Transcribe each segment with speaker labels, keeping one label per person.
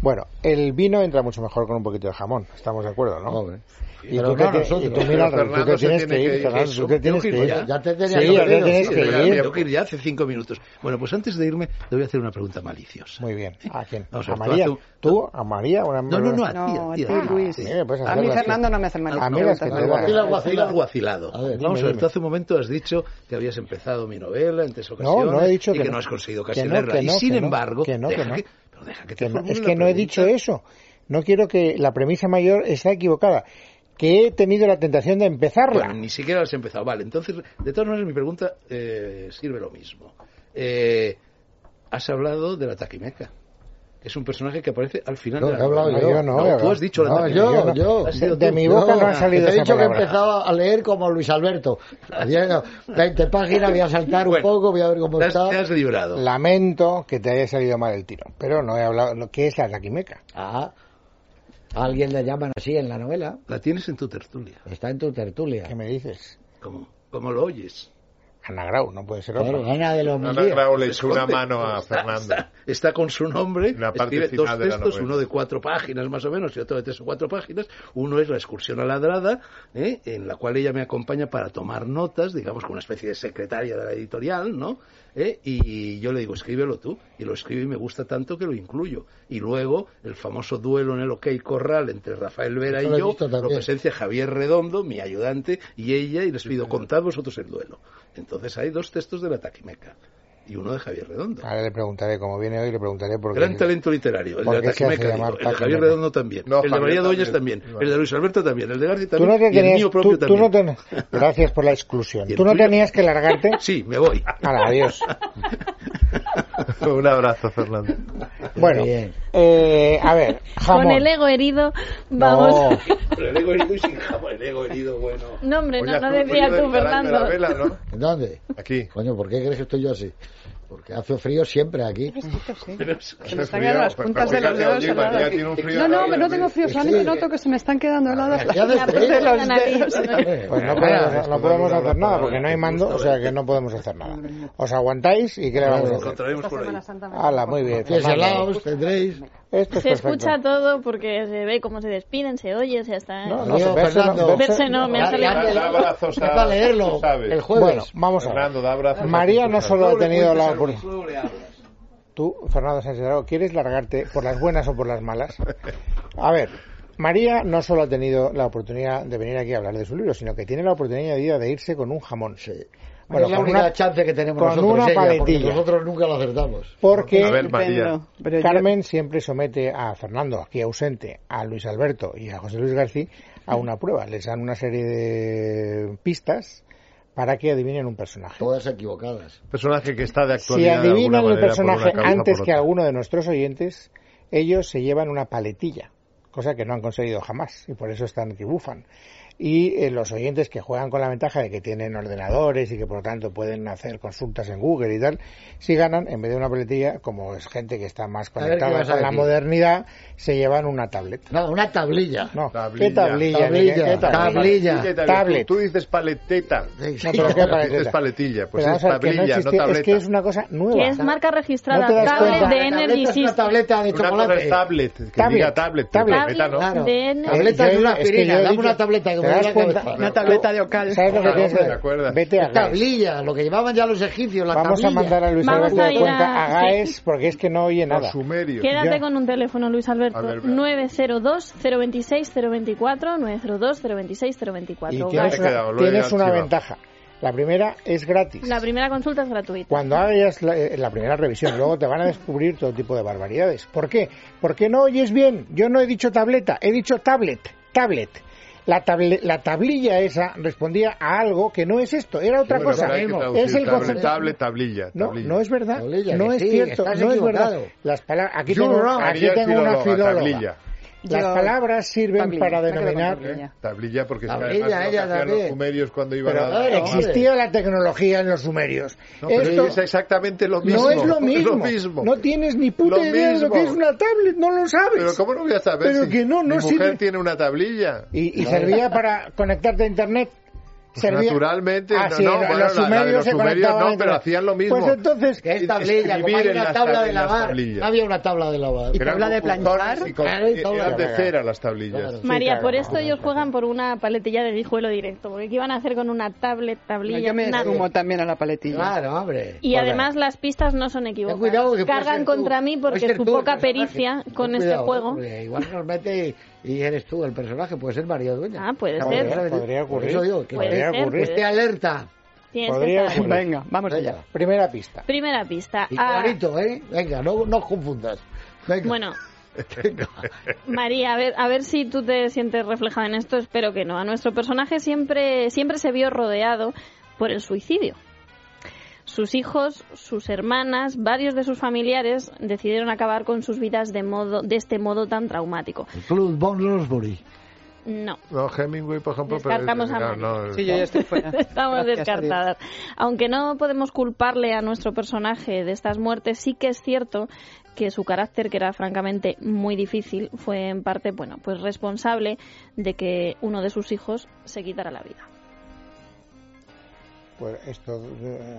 Speaker 1: Bueno, el vino entra mucho mejor con un poquito de jamón, estamos de acuerdo, ¿no?
Speaker 2: Hombre.
Speaker 1: Y
Speaker 2: Pero
Speaker 1: tú, que
Speaker 2: no,
Speaker 1: te-
Speaker 2: nosotros.
Speaker 1: y tú mira,
Speaker 3: Pero
Speaker 1: tú
Speaker 3: Fernando
Speaker 1: que
Speaker 3: se
Speaker 1: tienes
Speaker 3: tiene
Speaker 1: que
Speaker 3: que
Speaker 1: ir,
Speaker 3: ir,
Speaker 1: Fernando,
Speaker 3: eso.
Speaker 1: tú que
Speaker 3: Tengo
Speaker 1: tienes
Speaker 3: que ir
Speaker 1: que
Speaker 3: ya.
Speaker 1: ir.
Speaker 3: Ya
Speaker 2: te tenía
Speaker 1: Sí,
Speaker 2: yo
Speaker 1: ya
Speaker 2: perdido,
Speaker 1: tienes
Speaker 2: sí,
Speaker 1: que
Speaker 3: pero
Speaker 1: ir.
Speaker 3: Tengo que ir ya hace cinco minutos. Bueno, pues antes de irme, te voy a hacer una pregunta maliciosa.
Speaker 1: Muy bien. ¿A quién?
Speaker 3: Vamos
Speaker 1: ¿A
Speaker 3: ver, tú,
Speaker 1: María?
Speaker 3: tú-
Speaker 1: ¿Tú? ¿A María? Una-
Speaker 3: No, no, no, a ti,
Speaker 4: No,
Speaker 3: a ti, a
Speaker 4: a
Speaker 3: ti.
Speaker 4: ti, Luis.
Speaker 3: Sí.
Speaker 1: mira, pues
Speaker 4: Ah, a mí
Speaker 1: hacerlas
Speaker 4: Fernando no me hace mal.
Speaker 1: A mí las que te
Speaker 4: preguntas.
Speaker 1: dan.
Speaker 3: Alguacil, alguacil, alguacilado.
Speaker 2: A ver,
Speaker 1: dime,
Speaker 3: Vamos a ver,
Speaker 1: dime.
Speaker 3: tú hace un momento has dicho que habías empezado mi novela en tres ocasiones
Speaker 1: no he dicho
Speaker 3: y
Speaker 1: que
Speaker 3: que,
Speaker 1: no.
Speaker 3: no has conseguido
Speaker 1: Que no,
Speaker 3: casi
Speaker 1: que
Speaker 3: leerla.
Speaker 1: no,
Speaker 3: y sin
Speaker 1: que no,
Speaker 3: embargo,
Speaker 1: que no, que
Speaker 3: deja
Speaker 1: no.
Speaker 3: que- pero deja que te
Speaker 1: Que no-
Speaker 3: formule
Speaker 1: es
Speaker 3: la
Speaker 1: que no he
Speaker 3: pregunta.
Speaker 1: dicho eso. No quiero que la premisa mayor está equivocada. Que he tenido la tentación de
Speaker 3: Bueno,
Speaker 1: empezarla.
Speaker 3: ni siquiera has empezado. Vale, entonces, de todas maneras, mi pregunta eh, sirve lo mismo. Eh, has hablado de la taquimeca, que es un personaje que aparece al final
Speaker 2: No,
Speaker 3: de la
Speaker 2: he hablado
Speaker 3: novela.
Speaker 2: yo.
Speaker 1: Yo no, he hablado.
Speaker 3: tú has dicho la
Speaker 2: No,
Speaker 3: taquimeca.
Speaker 2: Ah, yo,
Speaker 1: no.
Speaker 2: yo.
Speaker 3: Has sido
Speaker 1: De
Speaker 3: tú.
Speaker 1: mi boca no ha
Speaker 2: que
Speaker 1: salido
Speaker 2: Te he
Speaker 1: esa
Speaker 2: dicho que
Speaker 1: palabra.
Speaker 2: empezaba a leer como Luis Alberto. Haciendo 20 páginas, voy a saltar un
Speaker 3: Bueno,
Speaker 2: poco, voy a ver cómo
Speaker 3: Te has,
Speaker 2: está.
Speaker 3: te has librado.
Speaker 1: Lamento que te haya salido mal el tiro. Pero no he hablado. lo que es la taquimeca?
Speaker 2: Ah, a alguien le llaman así en la novela.
Speaker 3: La tienes en tu tertulia.
Speaker 2: Está en tu tertulia.
Speaker 1: ¿Qué me dices?
Speaker 3: ¿Cómo, cómo lo oyes?
Speaker 1: Ana Grau, no puede ser
Speaker 2: Claro,
Speaker 1: otro.
Speaker 2: Ana de los mil
Speaker 5: Ana
Speaker 2: días.
Speaker 5: Grau le echó una
Speaker 3: Esconde.
Speaker 5: mano a
Speaker 3: Está-
Speaker 5: Fernando.
Speaker 3: Está, está con su nombre,
Speaker 5: La parte
Speaker 3: escribe
Speaker 5: final
Speaker 3: dos
Speaker 5: de la
Speaker 3: textos,
Speaker 5: novela.
Speaker 3: uno de cuatro páginas más o menos y otro de tres o cuatro páginas. Uno es La excursión a ladrada, ¿eh? en la cual ella me acompaña para tomar notas, digamos, como una especie de secretaria de la editorial, ¿no? ¿Eh? Y yo le digo, escríbelo tú. Y lo escribo y me gusta tanto que lo incluyo. Y luego, el famoso duelo en el OK Corral entre Rafael Vera
Speaker 2: Eso lo he
Speaker 3: y yo,
Speaker 2: visto
Speaker 3: lo
Speaker 2: también.
Speaker 3: presencia Javier Redondo, mi ayudante, y ella, y les pido, contad vosotros el duelo. Entonces hay dos textos de la taquimeca y uno de Javier Redondo.
Speaker 1: Ahora le preguntaré, como viene hoy, le preguntaré por qué.
Speaker 3: Gran talento literario, el de
Speaker 1: ¿Por
Speaker 3: la
Speaker 1: qué se hace
Speaker 3: Taquimeca,
Speaker 1: llamar
Speaker 3: digo, el de Javier
Speaker 1: Taquimeca?
Speaker 3: Redondo también,
Speaker 5: No,
Speaker 3: el de
Speaker 5: Javier
Speaker 3: María Doñas
Speaker 5: también.
Speaker 3: también,
Speaker 5: No.
Speaker 3: el de Luis Alberto también, el de García
Speaker 1: Tú no
Speaker 3: también,
Speaker 1: te
Speaker 3: y el
Speaker 1: tenías,
Speaker 3: mío
Speaker 1: tú-
Speaker 3: propio
Speaker 1: tú
Speaker 3: también.
Speaker 1: no ten- Gracias por la exclusión.
Speaker 3: Y el
Speaker 1: Tú no
Speaker 3: tuyo.
Speaker 1: tenías que largarte.
Speaker 3: Sí, me voy.
Speaker 1: Ahora, adiós.
Speaker 5: Un abrazo, Fernando.
Speaker 1: Bueno,
Speaker 2: bien.
Speaker 1: eh, a ver, jamón.
Speaker 6: Con el ego herido,
Speaker 1: No,
Speaker 6: vamos.
Speaker 3: Pero el ego herido y sin jamón, el ego herido, bueno.
Speaker 6: No, hombre,
Speaker 5: Oye,
Speaker 6: no, no
Speaker 5: tú,
Speaker 6: decía
Speaker 5: coño,
Speaker 6: tú,
Speaker 5: del carácter de la
Speaker 6: Fernando.
Speaker 5: vela, ¿no?
Speaker 2: ¿En ¿Dónde?
Speaker 5: Aquí.
Speaker 2: Coño, ¿por qué crees que estoy yo así? Porque hace frío siempre aquí.
Speaker 4: Fresquito, sí.
Speaker 3: Pero
Speaker 4: Se
Speaker 5: Hace
Speaker 4: me están
Speaker 5: frío,
Speaker 4: quedando las
Speaker 5: pero
Speaker 4: puntas de los
Speaker 5: fíjate,
Speaker 4: dedos
Speaker 5: oye, María
Speaker 4: heladas.
Speaker 5: tiene un frío Ah,
Speaker 4: No, no,
Speaker 5: ahora,
Speaker 4: pero no tengo frío. Solamente
Speaker 2: Sí.
Speaker 4: noto que se me están quedando heladas
Speaker 2: ¿Qué Eh, hace
Speaker 6: La
Speaker 2: frío?
Speaker 6: punta de los
Speaker 2: Sí.
Speaker 6: dedos.
Speaker 1: Pues no
Speaker 5: Bueno,
Speaker 1: podemos,
Speaker 5: bueno,
Speaker 1: no podemos
Speaker 5: esto
Speaker 1: hacer
Speaker 5: es
Speaker 1: nada
Speaker 5: una
Speaker 1: porque no hay
Speaker 5: palabra
Speaker 1: mando,
Speaker 5: que
Speaker 1: o sea que no podemos hacer nada. Os aguantáis y qué le vamos a
Speaker 3: Lo
Speaker 1: hacer.
Speaker 3: encontraremos por ahí.
Speaker 4: Semana Santa
Speaker 5: Ah,
Speaker 4: me
Speaker 1: Hala,
Speaker 4: toca.
Speaker 1: muy bien.
Speaker 2: Pies
Speaker 1: Fernando.
Speaker 2: helados tendréis.
Speaker 1: Esto es
Speaker 6: Se
Speaker 1: perfecto.
Speaker 6: escucha todo porque se ve cómo se despiden, se oye, se hasta.
Speaker 1: No, no,
Speaker 2: Adiós,
Speaker 1: se- verse no-
Speaker 2: Fernando.
Speaker 6: Verse no, me ha
Speaker 2: Ya-
Speaker 6: salido.
Speaker 2: ya te-
Speaker 5: Da abrazos a-
Speaker 2: Es para leerlo
Speaker 5: tú sabes.
Speaker 2: el jueves.
Speaker 1: Bueno, vamos a ver.
Speaker 5: Fernando, da abrazos.
Speaker 1: María no solo ha
Speaker 3: Luego le
Speaker 1: tenido la
Speaker 3: cuentas a
Speaker 1: oportunidad.
Speaker 3: Luis, luego le hablas.
Speaker 1: Tú, Fernando Sánchez Dragó, ¿quieres largarte por las buenas o por las malas? A ver, María no solo ha tenido la oportunidad de venir aquí a hablar de su libro, sino que tiene la oportunidad añadida de irse con un jamón. Bueno,
Speaker 2: es la
Speaker 1: con
Speaker 2: única
Speaker 1: una-
Speaker 2: chance que tenemos
Speaker 1: con
Speaker 2: nosotros,
Speaker 1: una
Speaker 2: ella, porque
Speaker 1: paletilla.
Speaker 2: nosotros nunca lo acertamos.
Speaker 1: porque
Speaker 5: A ver,
Speaker 4: Estupendo.
Speaker 5: María.
Speaker 4: Pero yo-
Speaker 1: Carmen siempre somete a Fernando, aquí ausente, a Luis Alberto y a José Luis García a una prueba. Les dan una serie de pistas para que adivinen un personaje.
Speaker 2: Todas equivocadas.
Speaker 5: Personaje que está de
Speaker 1: Si
Speaker 5: actualidad. de alguna
Speaker 1: adivinan el
Speaker 5: manera, por una
Speaker 1: personaje
Speaker 5: causa o
Speaker 1: antes
Speaker 5: por
Speaker 1: que
Speaker 5: otra.
Speaker 1: alguno de nuestros oyentes, ellos se llevan una paletilla, cosa que no han conseguido jamás y por eso están que bufan. Y eh, los oyentes que juegan con la ventaja de que tienen ordenadores y que por lo tanto pueden hacer consultas en Google y tal, si ganan, en vez de una paletilla, como es gente que está más
Speaker 2: A ver, ¿qué
Speaker 1: conectada
Speaker 2: vas a
Speaker 1: con la
Speaker 2: decir?
Speaker 1: modernidad, se llevan una tablet.
Speaker 2: No, una tablilla.
Speaker 1: No,
Speaker 5: Tablilla,
Speaker 1: ¿qué tablilla?
Speaker 2: tablilla,
Speaker 1: Miguel? ¿Qué
Speaker 2: tablilla.
Speaker 5: Paletilla y tablet.
Speaker 1: Tablet.
Speaker 5: Tú, tú dices paleteta.
Speaker 2: Sí, sí.
Speaker 1: No, pero ¿qué
Speaker 5: Tú dices
Speaker 1: paletilla?
Speaker 5: paletilla.
Speaker 1: Pero
Speaker 5: Pues es
Speaker 1: vamos a ver, que no
Speaker 5: tablilla, no,
Speaker 1: existe-
Speaker 5: tableta.
Speaker 1: Es que es una cosa nueva.
Speaker 6: Que es marca registrada,
Speaker 1: No te das
Speaker 6: tablet
Speaker 1: cuenta.
Speaker 2: La
Speaker 6: de
Speaker 2: tableta
Speaker 6: Energy
Speaker 2: es una
Speaker 6: System.
Speaker 2: tableta de
Speaker 5: Una cosa
Speaker 2: chocolate.
Speaker 5: es tablet. Que
Speaker 1: Tablet.
Speaker 5: diga tablet. pero
Speaker 1: Tablet.
Speaker 5: tableta no.
Speaker 2: Claro.
Speaker 6: de N-
Speaker 1: Eh,
Speaker 2: Tableta de
Speaker 1: yo-
Speaker 2: una
Speaker 1: es que
Speaker 2: aspirina.
Speaker 1: yo he
Speaker 2: Dame
Speaker 1: dicho-
Speaker 2: una tableta que
Speaker 1: ¿te
Speaker 2: me duele
Speaker 1: das
Speaker 2: la
Speaker 1: cuenta?
Speaker 2: cabeza.
Speaker 4: Una tableta de ocal.
Speaker 1: ¿Sabes lo que
Speaker 5: Claro,
Speaker 1: tienes que
Speaker 5: hombre,
Speaker 1: hacer?
Speaker 5: ¿te acuerdas?
Speaker 1: Vete a Gaes.
Speaker 2: Tablilla, lo que llevaban ya los egipcios, la
Speaker 1: Vamos a
Speaker 2: tablilla.
Speaker 1: mandar a Luis
Speaker 6: Vamos
Speaker 1: Alberto
Speaker 6: a
Speaker 1: de
Speaker 6: ir
Speaker 1: cuenta
Speaker 6: a-
Speaker 1: a Gaes porque es que no oye
Speaker 5: Los
Speaker 1: nada.
Speaker 5: sumerios.
Speaker 6: Quédate
Speaker 1: Ya.
Speaker 6: con un teléfono, Luis Alberto.
Speaker 5: A ver, vea.
Speaker 6: 902-026-024, 902-026-024.
Speaker 1: Y
Speaker 5: Ya me
Speaker 1: tienes
Speaker 5: he
Speaker 1: una,
Speaker 5: quedado, lo he
Speaker 1: tienes una
Speaker 5: archivado.
Speaker 1: ventaja. La primera es gratis.
Speaker 6: La primera consulta es gratuita.
Speaker 1: Cuando hagas la, eh, la primera revisión, luego te van a descubrir todo tipo de barbaridades. ¿Por qué? Porque no oyes bien. Yo no he dicho tableta, he dicho tablet, tablet. La, table- la tablilla esa respondía a algo que no es esto, era otra
Speaker 5: Bueno,
Speaker 1: cosa.
Speaker 5: pero hay que traducir
Speaker 1: Es el
Speaker 5: tablet,
Speaker 1: concepto.
Speaker 5: tablet, tablilla.
Speaker 1: No,
Speaker 5: tablilla.
Speaker 1: no es verdad.
Speaker 2: Tablilla,
Speaker 1: no
Speaker 2: que
Speaker 1: es
Speaker 2: sí,
Speaker 1: cierto,
Speaker 2: estás
Speaker 1: no es
Speaker 2: equivocado.
Speaker 1: verdad. Las palabras, aquí
Speaker 2: You're
Speaker 1: tengo,
Speaker 2: wrong.
Speaker 1: aquí
Speaker 5: María es
Speaker 1: tengo una
Speaker 5: filóloga,
Speaker 1: filóloga.
Speaker 5: tablilla.
Speaker 1: Las
Speaker 4: Yo-
Speaker 1: palabras sirven
Speaker 4: Tablilla,
Speaker 1: para
Speaker 4: me ha quedado
Speaker 1: denominar
Speaker 4: tablilla.
Speaker 5: Tablilla porque
Speaker 2: Tablilla,
Speaker 5: es que
Speaker 2: ella
Speaker 5: además lo que hacían
Speaker 2: también.
Speaker 5: los sumerios cuando iban
Speaker 1: Pero
Speaker 5: a...
Speaker 2: Claro,
Speaker 1: existía la tecnología en los sumerios.
Speaker 5: No, pero
Speaker 1: Esto
Speaker 5: es exactamente lo mismo.
Speaker 1: no es lo mismo.
Speaker 5: mismo.
Speaker 1: No tienes ni puta
Speaker 5: Lo
Speaker 1: idea de lo
Speaker 5: mismo.
Speaker 1: que es una tablet, no lo sabes.
Speaker 5: Pero ¿cómo no voy a saber
Speaker 1: Pero
Speaker 5: si
Speaker 1: que no, no
Speaker 5: mi mujer
Speaker 1: sirve.
Speaker 5: tiene una tablilla?
Speaker 1: Y, y servía para conectarte a internet.
Speaker 5: Pues
Speaker 1: servía-
Speaker 5: naturalmente,
Speaker 1: Ah,
Speaker 5: no,
Speaker 1: sí,
Speaker 5: no,
Speaker 1: los
Speaker 5: bueno, la- la de
Speaker 1: sumerios
Speaker 5: los
Speaker 1: se
Speaker 5: sumerios
Speaker 1: conectaban
Speaker 5: no,
Speaker 1: entre-
Speaker 5: pero hacían lo mismo.
Speaker 1: Pues entonces,
Speaker 2: Que es tablilla, como hay
Speaker 5: Escribir en
Speaker 2: una
Speaker 5: las
Speaker 2: tabla
Speaker 5: tab-
Speaker 2: de
Speaker 5: en las
Speaker 2: lavar.
Speaker 5: tablillas.
Speaker 2: Había una tabla de lavar.
Speaker 4: Y
Speaker 5: Eran
Speaker 4: tabla de
Speaker 5: con
Speaker 4: planchar.
Speaker 5: cupones y con-
Speaker 2: Claro, y
Speaker 5: y-
Speaker 2: tabla
Speaker 5: eran
Speaker 1: de
Speaker 5: de
Speaker 1: planchar.
Speaker 5: cera las tablillas.
Speaker 2: Claro.
Speaker 6: María,
Speaker 1: claro,
Speaker 6: por
Speaker 1: no,
Speaker 6: esto ellos juegan por una paletilla de guijuelo directo, porque ¿qué iban a hacer con una tablet, tablilla,
Speaker 4: Yo me
Speaker 6: nada?
Speaker 4: sumo también a la
Speaker 5: Ah,
Speaker 4: paletilla.
Speaker 2: Claro, hombre.
Speaker 6: Y
Speaker 1: Vale.
Speaker 6: además las pistas no son
Speaker 2: Ten
Speaker 6: equivocadas.
Speaker 2: cuidado que puede
Speaker 6: Cargan
Speaker 2: ser tú.
Speaker 6: contra mí
Speaker 2: Puede
Speaker 6: porque
Speaker 2: ser
Speaker 6: su
Speaker 2: tú el
Speaker 6: poca
Speaker 2: personaje.
Speaker 6: pericia
Speaker 2: Ten
Speaker 6: con este
Speaker 2: cuidado,
Speaker 6: juego.
Speaker 2: porque igual nos mete y, y eres tú el personaje, puede ser María Dueña.
Speaker 6: Ah, puede
Speaker 1: Podría-
Speaker 6: ser.
Speaker 1: podría
Speaker 2: Por
Speaker 1: ocurrir.
Speaker 2: eso digo que
Speaker 6: Puede
Speaker 1: podría
Speaker 6: ser,
Speaker 1: ocurrir.
Speaker 2: esté Este alerta.
Speaker 6: Tienes
Speaker 1: Podría
Speaker 6: que estar-
Speaker 1: ocurrir.
Speaker 4: Venga, vamos
Speaker 2: Venga.
Speaker 4: allá.
Speaker 1: primera pista.
Speaker 6: Primera pista.
Speaker 2: Y
Speaker 6: Ah,
Speaker 2: clarito, ¿eh? Venga, no, no os confundas. Venga.
Speaker 6: bueno,
Speaker 2: Venga.
Speaker 6: María, a ver, a ver si tú te sientes reflejada en esto, espero que no. A nuestro personaje siempre, siempre se vio rodeado por el suicidio. Sus hijos, sus hermanas, varios de sus familiares decidieron acabar con sus vidas de, modo, de este modo tan traumático.
Speaker 2: El Club Von Lonsbury.
Speaker 6: No,
Speaker 5: No, Hemingway, por ejemplo,
Speaker 6: Descartamos a
Speaker 5: pero,
Speaker 6: María.
Speaker 5: no, no,
Speaker 4: Sí, yo ya estoy fuera.
Speaker 6: estamos
Speaker 4: Gracias a Dios.
Speaker 6: descartadas. Aunque no podemos culparle a nuestro personaje de estas muertes, sí que es cierto que su carácter, que era francamente muy difícil, fue en parte, bueno, pues responsable de que uno de sus hijos se quitara la vida.
Speaker 1: Pues esto. eh,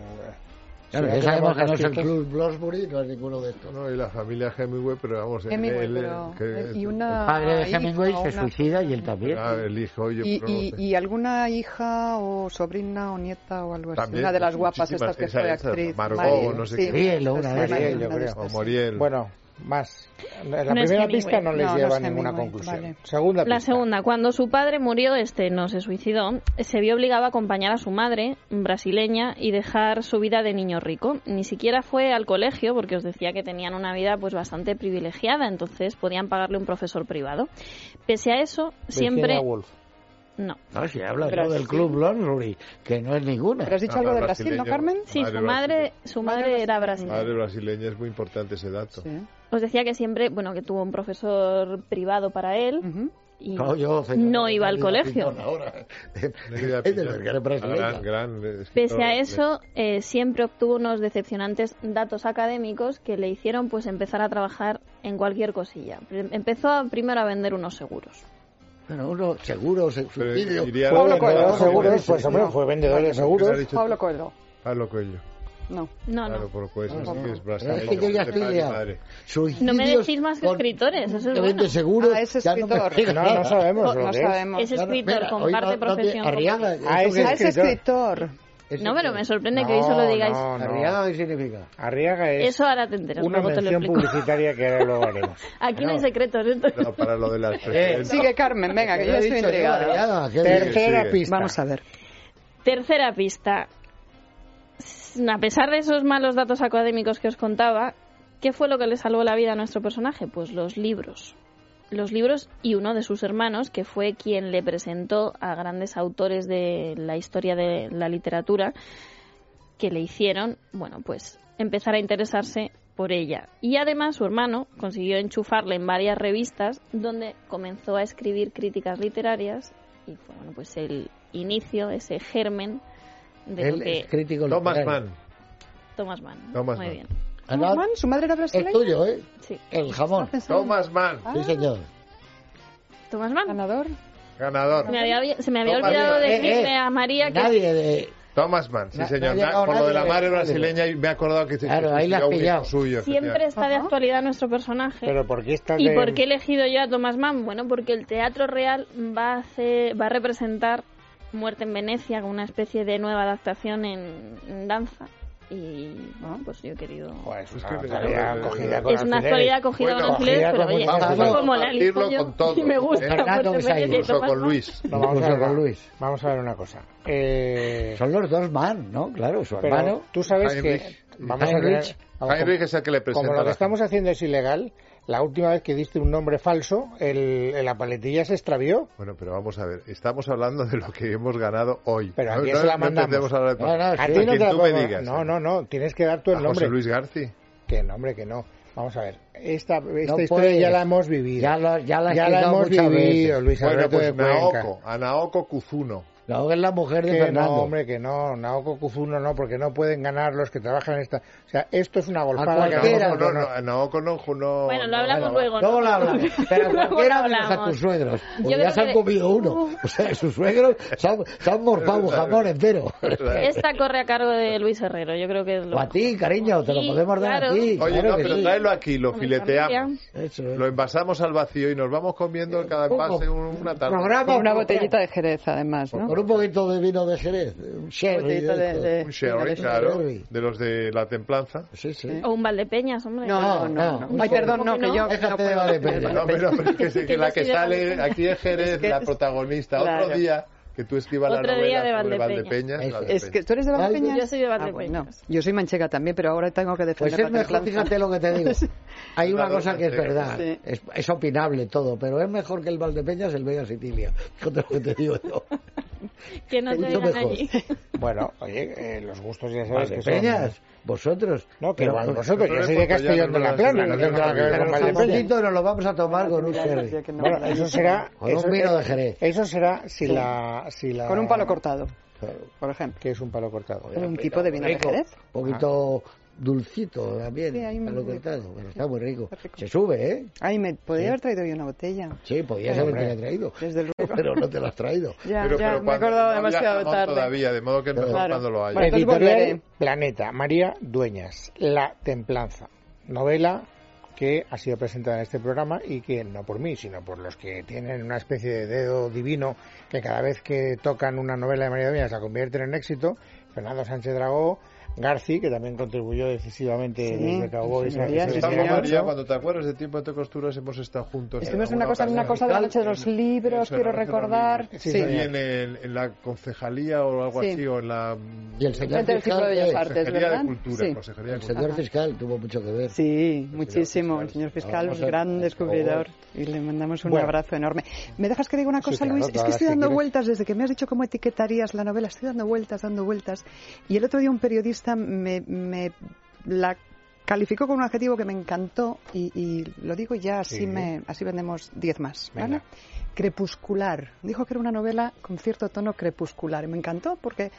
Speaker 2: Claro,
Speaker 1: si
Speaker 2: ya
Speaker 1: no
Speaker 2: sabemos que no
Speaker 1: tenemos
Speaker 2: es el
Speaker 1: pistas-
Speaker 2: Club Lonsbury, no es ninguno de estos.
Speaker 5: no, y la familia Hemingway, pero vamos, el-
Speaker 4: Hemingway,
Speaker 5: el-
Speaker 4: pero-
Speaker 5: que-
Speaker 4: y una
Speaker 2: El padre de
Speaker 4: hija,
Speaker 2: Hemingway se
Speaker 4: una-
Speaker 2: suicida y él también.
Speaker 5: ah, el hijo, yo
Speaker 4: Y,
Speaker 5: pero no
Speaker 4: y,
Speaker 5: sé.
Speaker 4: y alguna hija o sobrina o nieta o algo así.
Speaker 5: También,
Speaker 4: una de las guapas
Speaker 5: muchísimas,
Speaker 4: estas que
Speaker 5: esa-
Speaker 4: fue
Speaker 5: esa,
Speaker 4: actriz.
Speaker 5: Margot, no sé qué.
Speaker 2: Mariel, una de
Speaker 4: Mariel,
Speaker 1: ellas, yo
Speaker 4: una de
Speaker 1: creo.
Speaker 4: estas.
Speaker 5: o Moriel.
Speaker 1: Bueno, más. La
Speaker 6: No es
Speaker 1: primera
Speaker 6: Hemingway.
Speaker 1: pista no les
Speaker 4: No, no
Speaker 1: lleva a
Speaker 4: es
Speaker 1: ninguna
Speaker 4: Hemingway,
Speaker 1: conclusión.
Speaker 4: vale.
Speaker 1: Segunda pista.
Speaker 6: La segunda, cuando su padre murió, este no se suicidó, se vio obligado a acompañar a su madre, brasileña, y dejar su vida de niño rico. Ni siquiera fue al colegio, porque os decía que tenían una vida pues bastante privilegiada, entonces podían pagarle un profesor privado. Pese a eso, siempre
Speaker 1: Virginia Woolf.
Speaker 6: no.
Speaker 2: No, si hablas
Speaker 4: Pero
Speaker 2: tú del
Speaker 4: sí.
Speaker 2: Club Lonsbury, que no es ninguna.
Speaker 4: Pero has dicho
Speaker 5: Ah,
Speaker 4: algo de
Speaker 5: la
Speaker 4: Brasil, ¿no,
Speaker 5: brasileña.
Speaker 4: Carmen?
Speaker 6: Sí,
Speaker 5: Madre
Speaker 6: su madre,
Speaker 5: brasileña.
Speaker 6: su madre era brasileña.
Speaker 5: Madre brasileña es muy importante ese dato.
Speaker 4: Sí.
Speaker 6: Os decía que siempre, bueno, que tuvo un profesor privado para él
Speaker 4: Ujú.
Speaker 6: y
Speaker 2: No, yo, señor,
Speaker 6: no iba al
Speaker 2: Nelly la
Speaker 6: colegio.
Speaker 2: Pintona Ahora.
Speaker 5: Negrida
Speaker 2: Es de
Speaker 5: Pintón,
Speaker 2: los que eres brasileña.
Speaker 5: gran, gran escritor.
Speaker 6: Pese a eso, eh, siempre obtuvo unos decepcionantes datos académicos que le hicieron pues empezar a trabajar en cualquier cosilla. Pr- Empezó a- primero a vender unos seguros.
Speaker 2: Bueno, uno seguro, se
Speaker 5: Pero
Speaker 2: suicidio.
Speaker 5: iría-
Speaker 1: Fue
Speaker 4: Pablo
Speaker 1: vendedor de
Speaker 4: Coelho.
Speaker 1: seguros, pues hombre, fue vendedor de seguros.
Speaker 5: Dicho-
Speaker 4: Pablo Coelho.
Speaker 5: Pablo Coelho.
Speaker 4: No.
Speaker 6: No,
Speaker 5: claro, pues.
Speaker 6: no.
Speaker 5: por Coelho,
Speaker 2: No,
Speaker 5: sí
Speaker 2: no.
Speaker 5: que es
Speaker 2: Pero
Speaker 5: brasileño.
Speaker 2: es que yo ya
Speaker 5: de
Speaker 2: estoy
Speaker 5: padre y
Speaker 2: liado.
Speaker 5: madre.
Speaker 6: No
Speaker 2: Suicidios
Speaker 6: me decís más que
Speaker 2: con-
Speaker 6: escritores, eso es
Speaker 2: que
Speaker 6: bueno.
Speaker 2: vende seguros,
Speaker 4: Ah, ese
Speaker 2: ya no me
Speaker 4: escritor.
Speaker 2: digas
Speaker 1: No, no
Speaker 2: nada.
Speaker 1: sabemos lo
Speaker 4: No
Speaker 1: que es.
Speaker 4: sabemos.
Speaker 6: Ese
Speaker 2: Claro,
Speaker 6: escritor
Speaker 2: mira, hoy
Speaker 6: comparte
Speaker 2: no- no te-
Speaker 6: profesión. con-
Speaker 2: Arriaga, eh,
Speaker 1: Ah,
Speaker 2: ¿eso
Speaker 1: ese-
Speaker 2: qué
Speaker 4: Ah,
Speaker 2: es?
Speaker 4: ese escritor.
Speaker 2: Ese
Speaker 6: No, pero
Speaker 2: qué
Speaker 6: me
Speaker 2: es?
Speaker 6: sorprende que hoy solo digáis.
Speaker 1: No, no.
Speaker 2: Arriaga, ¿qué significa?
Speaker 1: Arriaga es
Speaker 6: Eso ahora te enteras,
Speaker 1: una
Speaker 6: luego te lo
Speaker 1: mención
Speaker 6: explico.
Speaker 1: publicitaria que ahora luego haremos.
Speaker 6: Aquí no hay
Speaker 2: No.
Speaker 6: secretos. esto-
Speaker 5: No, para lo de las presidencias.
Speaker 4: Sigue Carmen, venga, que yo
Speaker 2: Lo he
Speaker 4: estoy
Speaker 2: dicho yo,
Speaker 4: intrigada.
Speaker 2: Arriaga, ¿qué dices?
Speaker 1: Tercera
Speaker 5: sigue.
Speaker 1: pista.
Speaker 4: Vamos a ver.
Speaker 6: Tercera pista. S- A pesar de esos malos datos académicos que os contaba, ¿qué fue lo que le salvó la vida a nuestro personaje? Pues los libros. Los libros y uno de sus hermanos, que fue quien le presentó a grandes autores de la historia de la literatura, que le hicieron, bueno, pues empezar a interesarse por ella. Y además su hermano consiguió enchufarle en varias revistas donde comenzó a escribir críticas literarias y fue, bueno, pues el inicio, ese germen de lo
Speaker 2: Él
Speaker 6: que
Speaker 2: es crítico
Speaker 5: Thomas
Speaker 2: literario.
Speaker 5: Mann.
Speaker 6: Thomas Mann.
Speaker 5: Thomas
Speaker 6: Muy
Speaker 5: Mann.
Speaker 6: bien.
Speaker 2: Ana,
Speaker 4: Guzmán, ¿Su madre era
Speaker 2: Es
Speaker 4: brasileña?
Speaker 2: tuyo, ¿eh?
Speaker 6: Sí.
Speaker 2: El jamón.
Speaker 5: Thomas Mann,
Speaker 4: Ah,
Speaker 2: Sí, señor.
Speaker 6: Thomas Mann.
Speaker 4: ganador.
Speaker 5: ganador.
Speaker 6: Me había- se me había
Speaker 5: Thomas
Speaker 6: olvidado
Speaker 5: Mann.
Speaker 2: Eh,
Speaker 6: decirle
Speaker 2: eh,
Speaker 6: a María que
Speaker 2: Nadie de...
Speaker 5: Thomas Mann, sí
Speaker 2: Na-
Speaker 5: señor.
Speaker 2: no ha
Speaker 5: Na-
Speaker 2: llegado
Speaker 5: por lo de la
Speaker 2: nadie,
Speaker 5: madre
Speaker 2: nadie.
Speaker 5: brasileña y me he acordado que se
Speaker 2: Claro,
Speaker 5: que
Speaker 2: ahí la has
Speaker 5: suicidó un hijo
Speaker 2: pillado.
Speaker 5: suyo.
Speaker 6: siempre está de actualidad nuestro personaje.
Speaker 1: Pero ¿por qué está
Speaker 6: ¿Y
Speaker 1: de-
Speaker 6: por qué he elegido yo a Thomas Mann? Bueno, porque el Teatro Real va a, hacer- va a representar Muerte en Venecia como una especie de nueva adaptación en, en danza. Y bueno, pues yo he querido...
Speaker 1: Joder, es
Speaker 5: Es
Speaker 1: una
Speaker 5: Pues que-
Speaker 1: actualidad Ah, pues, cogida con
Speaker 6: Es una
Speaker 1: alfileres.
Speaker 6: actualidad cogida
Speaker 5: Bueno,
Speaker 6: con alfileres,
Speaker 1: cogida
Speaker 6: pero
Speaker 1: con
Speaker 6: oye,
Speaker 1: muchos
Speaker 6: es
Speaker 1: alfileres.
Speaker 6: como la
Speaker 5: pues
Speaker 6: elijo
Speaker 5: Compartirlo
Speaker 6: yo
Speaker 5: con todos,
Speaker 6: y me gusta.
Speaker 2: ¿eh? Fernando
Speaker 6: Muerte en
Speaker 2: Sainz,
Speaker 6: Venecia y
Speaker 5: Incluso
Speaker 6: Thomas
Speaker 5: con
Speaker 6: Mann.
Speaker 5: Luis.
Speaker 1: No, vamos, a
Speaker 2: Incluso
Speaker 1: ver,
Speaker 2: con
Speaker 1: va-
Speaker 2: Luis.
Speaker 1: vamos a ver una cosa. Eh,
Speaker 2: Son los dos Mann, ¿no? Claro, su
Speaker 1: pero
Speaker 2: hermano.
Speaker 1: tú sabes que...
Speaker 5: Heinrich.
Speaker 1: Vamos a ver...
Speaker 2: Heinrich.
Speaker 1: vamos,
Speaker 5: Heinrich es el que le presenta.
Speaker 1: Como
Speaker 5: a
Speaker 1: lo que
Speaker 5: la
Speaker 1: estamos haciendo es ilegal, la última vez que diste un nombre falso, el, la paletilla se extravió.
Speaker 5: Bueno, pero vamos a ver, estamos hablando de lo que hemos ganado hoy.
Speaker 1: Pero aquí se la mandamos.
Speaker 5: empecemos a hablar de-
Speaker 2: No, no,
Speaker 5: A
Speaker 1: A
Speaker 2: sí.
Speaker 1: ti no
Speaker 5: quien
Speaker 1: te la
Speaker 5: tú me
Speaker 1: podemos-
Speaker 5: digas.
Speaker 1: No, no, no, tienes que dar tú
Speaker 5: A
Speaker 1: el nombre.
Speaker 5: José Luis Garci.
Speaker 1: Que el nombre que no. Vamos a ver, esta, esta
Speaker 2: No
Speaker 1: historia
Speaker 2: puedes.
Speaker 1: ya la hemos vivido.
Speaker 2: Ya, lo- ya la has
Speaker 1: Ya la
Speaker 2: quitado
Speaker 1: hemos
Speaker 2: muchas
Speaker 1: vivido,
Speaker 2: veces.
Speaker 1: Luis
Speaker 5: Bueno,
Speaker 1: Alberto
Speaker 5: pues
Speaker 1: de Cuenca.
Speaker 5: Naoko, a Naoko Kuzuno.
Speaker 2: Naoko es la mujer de
Speaker 1: Que no,
Speaker 2: Fernando.
Speaker 1: hombre, que no, Naoko Kuzuno no, porque no pueden ganar los que trabajan en esta. O sea, esto es una
Speaker 2: Ah,
Speaker 1: golfada que
Speaker 2: cualquiera.
Speaker 1: hagamos
Speaker 5: No,
Speaker 1: o no.
Speaker 5: no, no, con ojo, no.
Speaker 6: Bueno, lo
Speaker 5: no.
Speaker 6: hablamos luego, ¿no?
Speaker 2: Luego la hablamos. Pero
Speaker 6: Luego
Speaker 2: cualquiera
Speaker 6: lo
Speaker 2: menos a
Speaker 6: hablamos.
Speaker 2: tus suegros.
Speaker 6: Yo
Speaker 2: Porque ya
Speaker 6: creo
Speaker 2: se han
Speaker 6: que-
Speaker 2: comido uno. O sea, sus suegros se han, se han morfado un jamón entero.
Speaker 6: Esta corre a cargo de Luis Herrero, yo creo que es lo...
Speaker 2: O a ti, cariño, te lo
Speaker 6: Sí,
Speaker 2: podemos dar
Speaker 6: claro.
Speaker 2: a ti.
Speaker 5: Oye,
Speaker 2: claro
Speaker 5: no,
Speaker 2: que
Speaker 5: pero
Speaker 2: sí.
Speaker 5: tráelo aquí, lo
Speaker 6: Con mi familia.
Speaker 5: fileteamos,
Speaker 2: Eso es.
Speaker 5: lo envasamos al vacío y nos vamos comiendo cada
Speaker 2: Poco.
Speaker 5: envase un- una tarde.
Speaker 2: Programa
Speaker 4: Con una
Speaker 2: programa.
Speaker 4: botellita de Jerez, además, ¿no?
Speaker 2: Con un poquito de vino de Jerez. Un sherry.
Speaker 4: Botellita
Speaker 2: de
Speaker 4: de-
Speaker 2: estos.
Speaker 4: de-
Speaker 5: Un sherry,
Speaker 4: Venga,
Speaker 5: claro,
Speaker 2: sherry.
Speaker 5: de los de la templanza.
Speaker 2: Sí, sí.
Speaker 6: O un Valdepeñas, hombre.
Speaker 2: No,
Speaker 4: No,
Speaker 2: no,
Speaker 4: no,
Speaker 2: no.
Speaker 4: Ay, perdón, no, que yo
Speaker 2: Déjate
Speaker 4: no
Speaker 2: de
Speaker 4: puedo.
Speaker 2: darle pena.
Speaker 5: No, pero, pero es que, sí, que
Speaker 6: Que
Speaker 5: la
Speaker 6: yo
Speaker 5: que
Speaker 6: soy de
Speaker 5: sale
Speaker 6: Valdepeñas.
Speaker 5: aquí es Jerez, la protagonista. Otro
Speaker 4: Claro.
Speaker 5: día que tú escribas la
Speaker 6: Otro
Speaker 5: novela
Speaker 6: día de
Speaker 5: sobre
Speaker 6: Valdepeñas.
Speaker 5: Valdepeñas,
Speaker 2: Eso.
Speaker 5: Valdepeñas.
Speaker 4: Es que tú eres de
Speaker 2: Ay,
Speaker 4: Valdepeñas.
Speaker 6: yo soy de
Speaker 4: Ah, bueno.
Speaker 6: Valdepeñas.
Speaker 4: Yo soy manchega también, pero ahora tengo que
Speaker 2: Pues
Speaker 4: defender
Speaker 2: es
Speaker 4: la
Speaker 2: mejor,
Speaker 4: templanza.
Speaker 2: fíjate lo que te digo. Hay una
Speaker 5: Claro,
Speaker 2: cosa que es
Speaker 5: sí.
Speaker 2: verdad,
Speaker 4: Sí.
Speaker 2: es, es opinable todo, pero es mejor que el Valdepeñas el Vega Sicilia. Fíjate lo que te digo yo.
Speaker 1: Pues
Speaker 6: Que no te
Speaker 2: Mucho
Speaker 6: oigan
Speaker 2: mejor.
Speaker 6: allí.
Speaker 1: Bueno, oye, eh, los gustos ya sabes que son.
Speaker 2: Valdepeñas, vosotros.
Speaker 1: No, que
Speaker 2: pero-
Speaker 1: vosotros, yo
Speaker 5: Pero
Speaker 1: soy de
Speaker 5: porque ya
Speaker 1: Castellón
Speaker 5: no
Speaker 1: de la
Speaker 5: lo
Speaker 1: Plana,
Speaker 5: hacen,
Speaker 1: no tengo nada que ver
Speaker 2: Pero
Speaker 1: con
Speaker 2: el
Speaker 1: Valdepeñas.
Speaker 2: jamoncito nos lo vamos a tomar con un
Speaker 4: Decía
Speaker 2: sherry.
Speaker 4: que no.
Speaker 1: Bueno, eso será.
Speaker 2: Con un
Speaker 1: eso-
Speaker 2: vino de Jerez.
Speaker 1: Eso será si la, si la.
Speaker 4: Con un palo cortado,
Speaker 2: Claro.
Speaker 4: por ejemplo.
Speaker 1: Que es un palo cortado.
Speaker 4: Un tipo de vino de
Speaker 2: Rico,
Speaker 4: Jerez.
Speaker 2: Un poquito dulcito también,
Speaker 4: Sí, hay un-
Speaker 2: a lo cortado, pero está muy rico.
Speaker 4: Está rico.
Speaker 2: Se sube, ¿eh?
Speaker 4: Ay, me podría haber traído yo una botella.
Speaker 2: Sí, podías
Speaker 4: Hombre.
Speaker 2: haberte la traído,
Speaker 4: Desde luego.
Speaker 2: pero no te la has traído.
Speaker 4: Ya, ya,
Speaker 5: Pero- pero
Speaker 4: me he
Speaker 5: cuando-
Speaker 4: acordado
Speaker 5: no había
Speaker 4: demasiado
Speaker 5: jamón
Speaker 4: tarde.
Speaker 5: Todavía, de modo que es mejor
Speaker 4: Claro. eh,
Speaker 5: cuando lo haya.
Speaker 4: Bueno, entonces
Speaker 1: Editorial
Speaker 4: volveré.
Speaker 1: Planeta, María Dueñas, La Templanza, novela que ha sido presentada en este programa y que no por mí, sino por los que tienen una especie de dedo divino que cada vez que tocan una novela de María Dueñas la convierten en éxito, Fernando Sánchez Dragó, Garci, que también contribuyó decisivamente
Speaker 4: Sí,
Speaker 1: desde Cowboys.
Speaker 4: sí,
Speaker 1: a que
Speaker 4: señoría,
Speaker 1: se
Speaker 4: sí,
Speaker 5: Estamos,
Speaker 1: hiciera
Speaker 4: señor.
Speaker 1: mucho.
Speaker 5: María, cuando te acuerdas de tiempo de costuras hemos estado juntos. en
Speaker 4: Estuvimos en
Speaker 5: alguna
Speaker 4: una cosa, en una
Speaker 5: ocasión.
Speaker 4: cosa de la noche de los
Speaker 5: En-
Speaker 4: libros,
Speaker 5: eso, en la
Speaker 4: quiero
Speaker 5: noche de los
Speaker 4: recordar.
Speaker 5: libros.
Speaker 1: Sí,
Speaker 5: Y
Speaker 4: Sí.
Speaker 5: en, el- en la concejalía o algo
Speaker 4: Sí.
Speaker 5: así, o en la
Speaker 2: Y el señor
Speaker 4: Gente del Círculo
Speaker 2: fiscal,
Speaker 4: de Bellas
Speaker 2: ¿qué?
Speaker 4: Artes,
Speaker 5: Consejería de
Speaker 4: ¿verdad?
Speaker 5: Cultura.
Speaker 4: Sí.
Speaker 5: Consejería de
Speaker 2: El
Speaker 5: Cultura.
Speaker 2: señor fiscal tuvo mucho que ver.
Speaker 4: Sí, muchísimo. El señor fiscal,
Speaker 2: Vamos a-
Speaker 4: gran descubridor.
Speaker 2: vamos.
Speaker 4: Y le mandamos un
Speaker 1: Bueno.
Speaker 4: abrazo enorme. ¿Me dejas que diga una
Speaker 1: Sí,
Speaker 4: cosa,
Speaker 1: claro,
Speaker 4: Luis?
Speaker 1: todas
Speaker 4: es que
Speaker 1: las
Speaker 4: estoy
Speaker 1: que
Speaker 4: dando
Speaker 1: quieras.
Speaker 4: vueltas desde que me has dicho cómo etiquetarías la novela. Estoy dando vueltas, dando vueltas. Y el otro día un periodista me, me la calificó con un adjetivo que me encantó y, y lo digo ya, así,
Speaker 1: Sí.
Speaker 4: me, así vendemos 10 más. ¿vale?
Speaker 1: Venga.
Speaker 4: Crepuscular. Dijo que era una novela con cierto tono crepuscular. Y me encantó porque...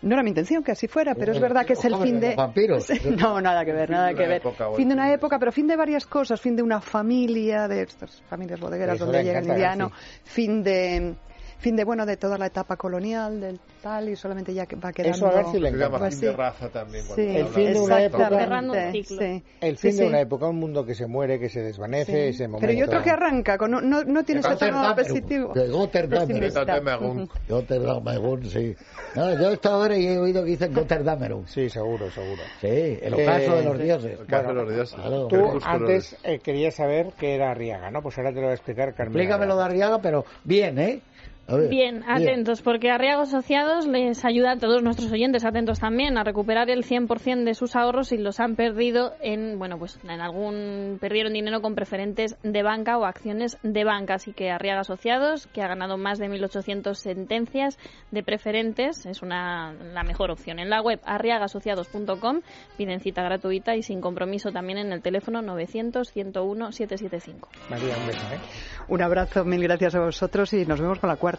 Speaker 4: No era mi intención que así fuera, pero es verdad que es el
Speaker 2: Jóvenes,
Speaker 4: fin de...
Speaker 2: los vampiros.
Speaker 4: No, nada que ver, nada
Speaker 5: de
Speaker 4: que
Speaker 5: una
Speaker 4: ver.
Speaker 5: época, bueno.
Speaker 4: Fin de una época, pero fin de varias cosas. Fin de una familia, de estas familias bodegueras
Speaker 1: Eso
Speaker 4: donde
Speaker 1: le
Speaker 4: llega el
Speaker 1: encanta,
Speaker 4: indiano. Fin de, fin de, bueno, de toda la etapa colonial, del tal, y solamente ya que va quedando...
Speaker 1: Eso a Garci le
Speaker 5: Se
Speaker 1: encanta.
Speaker 5: llama
Speaker 4: Pues
Speaker 5: fin de
Speaker 4: sí.
Speaker 5: raza también. cuando
Speaker 4: Sí,
Speaker 5: habla
Speaker 1: El fin de una época-
Speaker 4: exactamente,
Speaker 6: Cerrando un ciclo.
Speaker 4: sí.
Speaker 1: El fin
Speaker 4: Sí,
Speaker 1: de
Speaker 4: sí.
Speaker 1: una época, un mundo que se muere, que se desvanece,
Speaker 4: Sí.
Speaker 1: ese momento. ¿eh?
Speaker 4: Pero y otro que arranca, con, un- no, no tiene ese tono positivo.
Speaker 2: De Gotterdammerung.
Speaker 4: Pesimista.
Speaker 5: Gotterdammerung.
Speaker 2: Gotterdammerung, sí. No, yo esta hora he oído que dicen Gotterdammerung.
Speaker 1: Sí, seguro, seguro.
Speaker 2: Sí, el ocaso
Speaker 1: Eh,
Speaker 2: de los dioses.
Speaker 5: El caso de los dioses.
Speaker 2: claro.
Speaker 1: Tú
Speaker 2: Pero
Speaker 5: Crepúsculos.
Speaker 1: antes eh, querías saber qué era Arriaga, ¿no? Pues ahora te lo voy a explicar, Carmen.
Speaker 2: Explícamelo de Arriaga, pero bien, ¿eh? A ver,
Speaker 6: Bien, atentos, porque Arriago Asociados les ayuda a todos nuestros oyentes, atentos también, a recuperar el 100% de sus ahorros si los han perdido en, bueno, pues en algún, perdieron dinero con preferentes de banca o acciones de banca. Así que Arriaga Asociados, que ha ganado más de 1.800 sentencias de preferentes, es una, la mejor opción. En la web arriagaasociados.com piden cita gratuita y sin compromiso también en el teléfono 900-101-775.
Speaker 1: María, un beso, ¿eh?
Speaker 4: Un abrazo, mil gracias a vosotros y nos vemos con la cuarta,